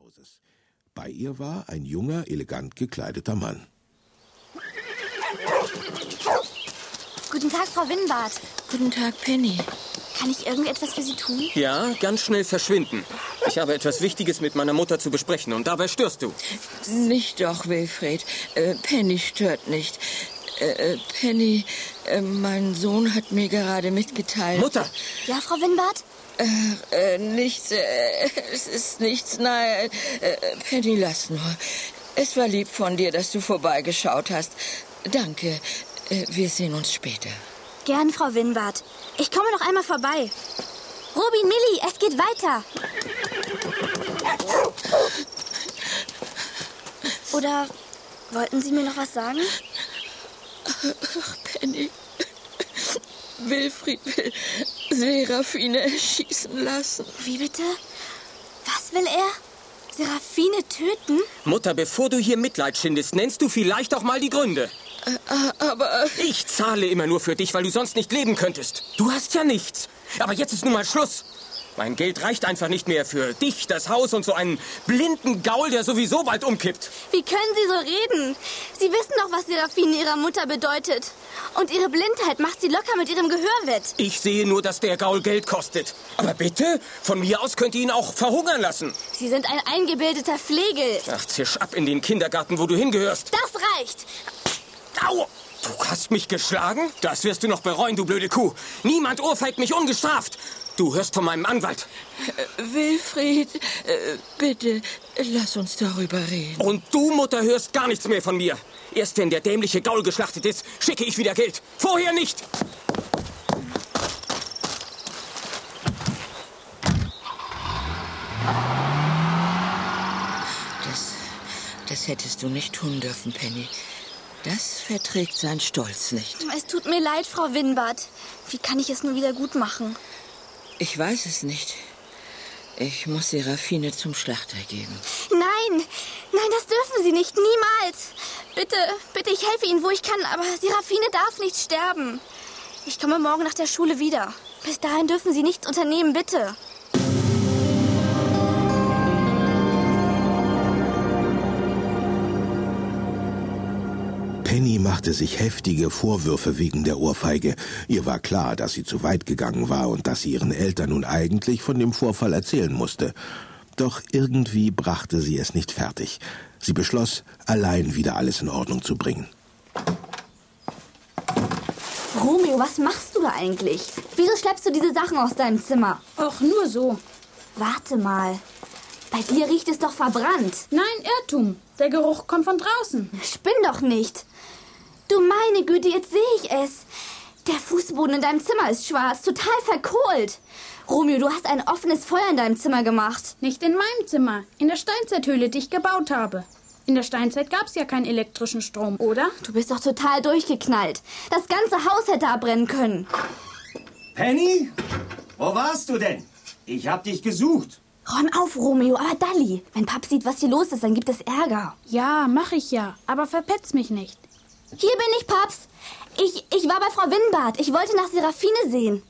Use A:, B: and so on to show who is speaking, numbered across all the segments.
A: Hauses. Bei ihr war ein junger, elegant gekleideter Mann.
B: Guten Tag, Frau Winbart.
C: Guten Tag, Penny.
B: Kann ich irgendetwas für Sie tun?
D: Ja, ganz schnell verschwinden. Ich habe etwas Wichtiges mit meiner Mutter zu besprechen und dabei störst du.
C: Nicht doch, Wilfried. Äh, Penny stört nicht. Äh, Penny, äh, mein Sohn hat mir gerade mitgeteilt.
D: Mutter!
B: Ja, Frau Winbart?
C: Äh, äh, nichts, äh, es ist nichts, nein. Äh, Penny, lass nur. Es war lieb von dir, dass du vorbeigeschaut hast. Danke. Äh, wir sehen uns später.
B: Gern, Frau Winbart. Ich komme noch einmal vorbei. Robin, Millie, es geht weiter. Oder wollten Sie mir noch was sagen?
C: Ach, Penny. Wilfried will Seraphine erschießen lassen.
B: Wie bitte? Was will er? Seraphine töten?
D: Mutter, bevor du hier Mitleid schindest, nennst du vielleicht auch mal die Gründe.
C: Aber
D: Ich zahle immer nur für dich, weil du sonst nicht leben könntest. Du hast ja nichts. Aber jetzt ist nun mal Schluss. Mein Geld reicht einfach nicht mehr für dich, das Haus und so einen blinden Gaul, der sowieso bald umkippt.
B: Wie können Sie so reden? Sie wissen doch, was Seraphine ihrer Mutter bedeutet. Und ihre Blindheit macht sie locker mit ihrem Gehör wett.
D: Ich sehe nur, dass der Gaul Geld kostet. Aber bitte, von mir aus könnt ihr ihn auch verhungern lassen.
B: Sie sind ein eingebildeter Flegel.
D: Ach, zisch ab in den Kindergarten, wo du hingehörst.
B: Das reicht.
D: Au! Du hast mich geschlagen? Das wirst du noch bereuen, du blöde Kuh. Niemand ohrfeigt mich ungestraft. Du hörst von meinem Anwalt.
C: Wilfried, äh, bitte, lass uns darüber reden.
D: Und du, Mutter, hörst gar nichts mehr von mir. Erst wenn der dämliche Gaul geschlachtet ist, schicke ich wieder Geld. Vorher nicht!
C: Das, das hättest du nicht tun dürfen, Penny. Das verträgt sein Stolz nicht.
B: Es tut mir leid, Frau Winbart. Wie kann ich es nur wieder gut machen?
C: Ich weiß es nicht. Ich muss Seraphine zum Schlachter geben.
B: Nein, nein, das dürfen Sie nicht, niemals. Bitte, bitte, ich helfe Ihnen, wo ich kann, aber Seraphine darf nicht sterben. Ich komme morgen nach der Schule wieder. Bis dahin dürfen Sie nichts unternehmen, bitte.
A: Penny machte sich heftige Vorwürfe wegen der Ohrfeige. Ihr war klar, dass sie zu weit gegangen war und dass sie ihren Eltern nun eigentlich von dem Vorfall erzählen musste. Doch irgendwie brachte sie es nicht fertig. Sie beschloss, allein wieder alles in Ordnung zu bringen.
B: Romeo, was machst du da eigentlich? Wieso schleppst du diese Sachen aus deinem Zimmer?
E: Ach, nur so.
B: Warte mal. Bei dir riecht es doch verbrannt.
E: Nein, Irrtum. Der Geruch kommt von draußen.
B: Spinn doch nicht. Du meine Güte, jetzt sehe ich es. Der Fußboden in deinem Zimmer ist schwarz, total verkohlt. Romeo, du hast ein offenes Feuer in deinem Zimmer gemacht.
E: Nicht in meinem Zimmer. In der Steinzeithöhle, die ich gebaut habe. In der Steinzeit gab's ja keinen elektrischen Strom, oder?
B: Du bist doch total durchgeknallt. Das ganze Haus hätte abbrennen können.
F: Penny? Wo warst du denn? Ich hab dich gesucht.
B: Ron auf, Romeo, aber Dalli. Wenn Pap sieht, was hier los ist, dann gibt es Ärger.
E: Ja, mach ich ja. Aber verpetz mich nicht.
B: Hier bin ich, Paps. Ich, ich war bei Frau Winbart. Ich wollte nach Seraphine sehen.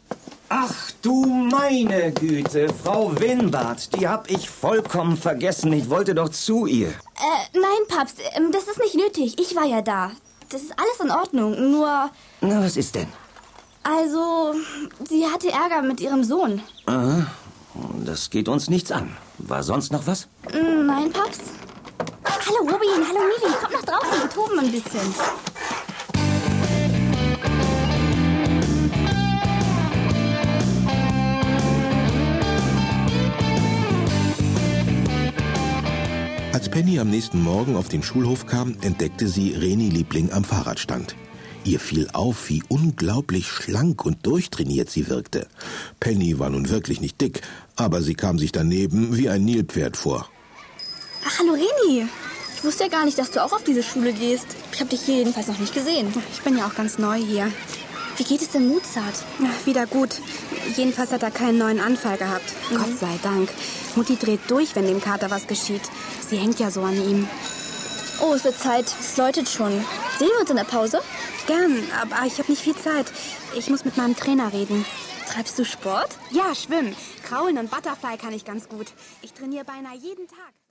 F: Ach du meine Güte, Frau Winbart, die hab ich vollkommen vergessen. Ich wollte doch zu ihr.
B: Äh, nein, Paps, ähm, das ist nicht nötig. Ich war ja da. Das ist alles in Ordnung. Nur,
F: Na, was ist denn?
B: also, sie hatte Ärger mit ihrem Sohn.
F: Aha. Ah, Das geht uns nichts an. War sonst noch was?
B: Mm, Nein, Paps? Hallo, Robin. Hallo, Mili. Kommt nach draußen. Wir toben ein bisschen.
A: Als Penny am nächsten Morgen auf den Schulhof kam, entdeckte sie Reni Liebling am Fahrradstand. Ihr fiel auf, wie unglaublich schlank und durchtrainiert sie wirkte. Penny war nun wirklich nicht dick, aber sie kam sich daneben wie ein Nilpferd vor.
B: Ach, hallo, Reni. Ich wusste ja gar nicht, dass du auch auf diese Schule gehst. Ich habe dich hier jedenfalls noch nicht gesehen.
G: Ich bin ja auch ganz neu hier.
B: Wie geht es denn Mozart?
G: Ach, wieder gut. Jedenfalls hat er keinen neuen Anfall gehabt.
B: Mhm.
G: Gott sei Dank. Mutti dreht durch, wenn dem Kater was geschieht. Sie hängt ja so an ihm.
B: Oh, es wird Zeit. Es läutet schon. Sehen wir uns in der Pause?
G: Gern, aber ich habe nicht viel Zeit. Ich muss mit meinem Trainer reden.
B: Treibst du Sport?
G: Ja, schwimmen. Kraulen und Butterfly kann ich ganz gut. Ich trainiere beinahe jeden Tag.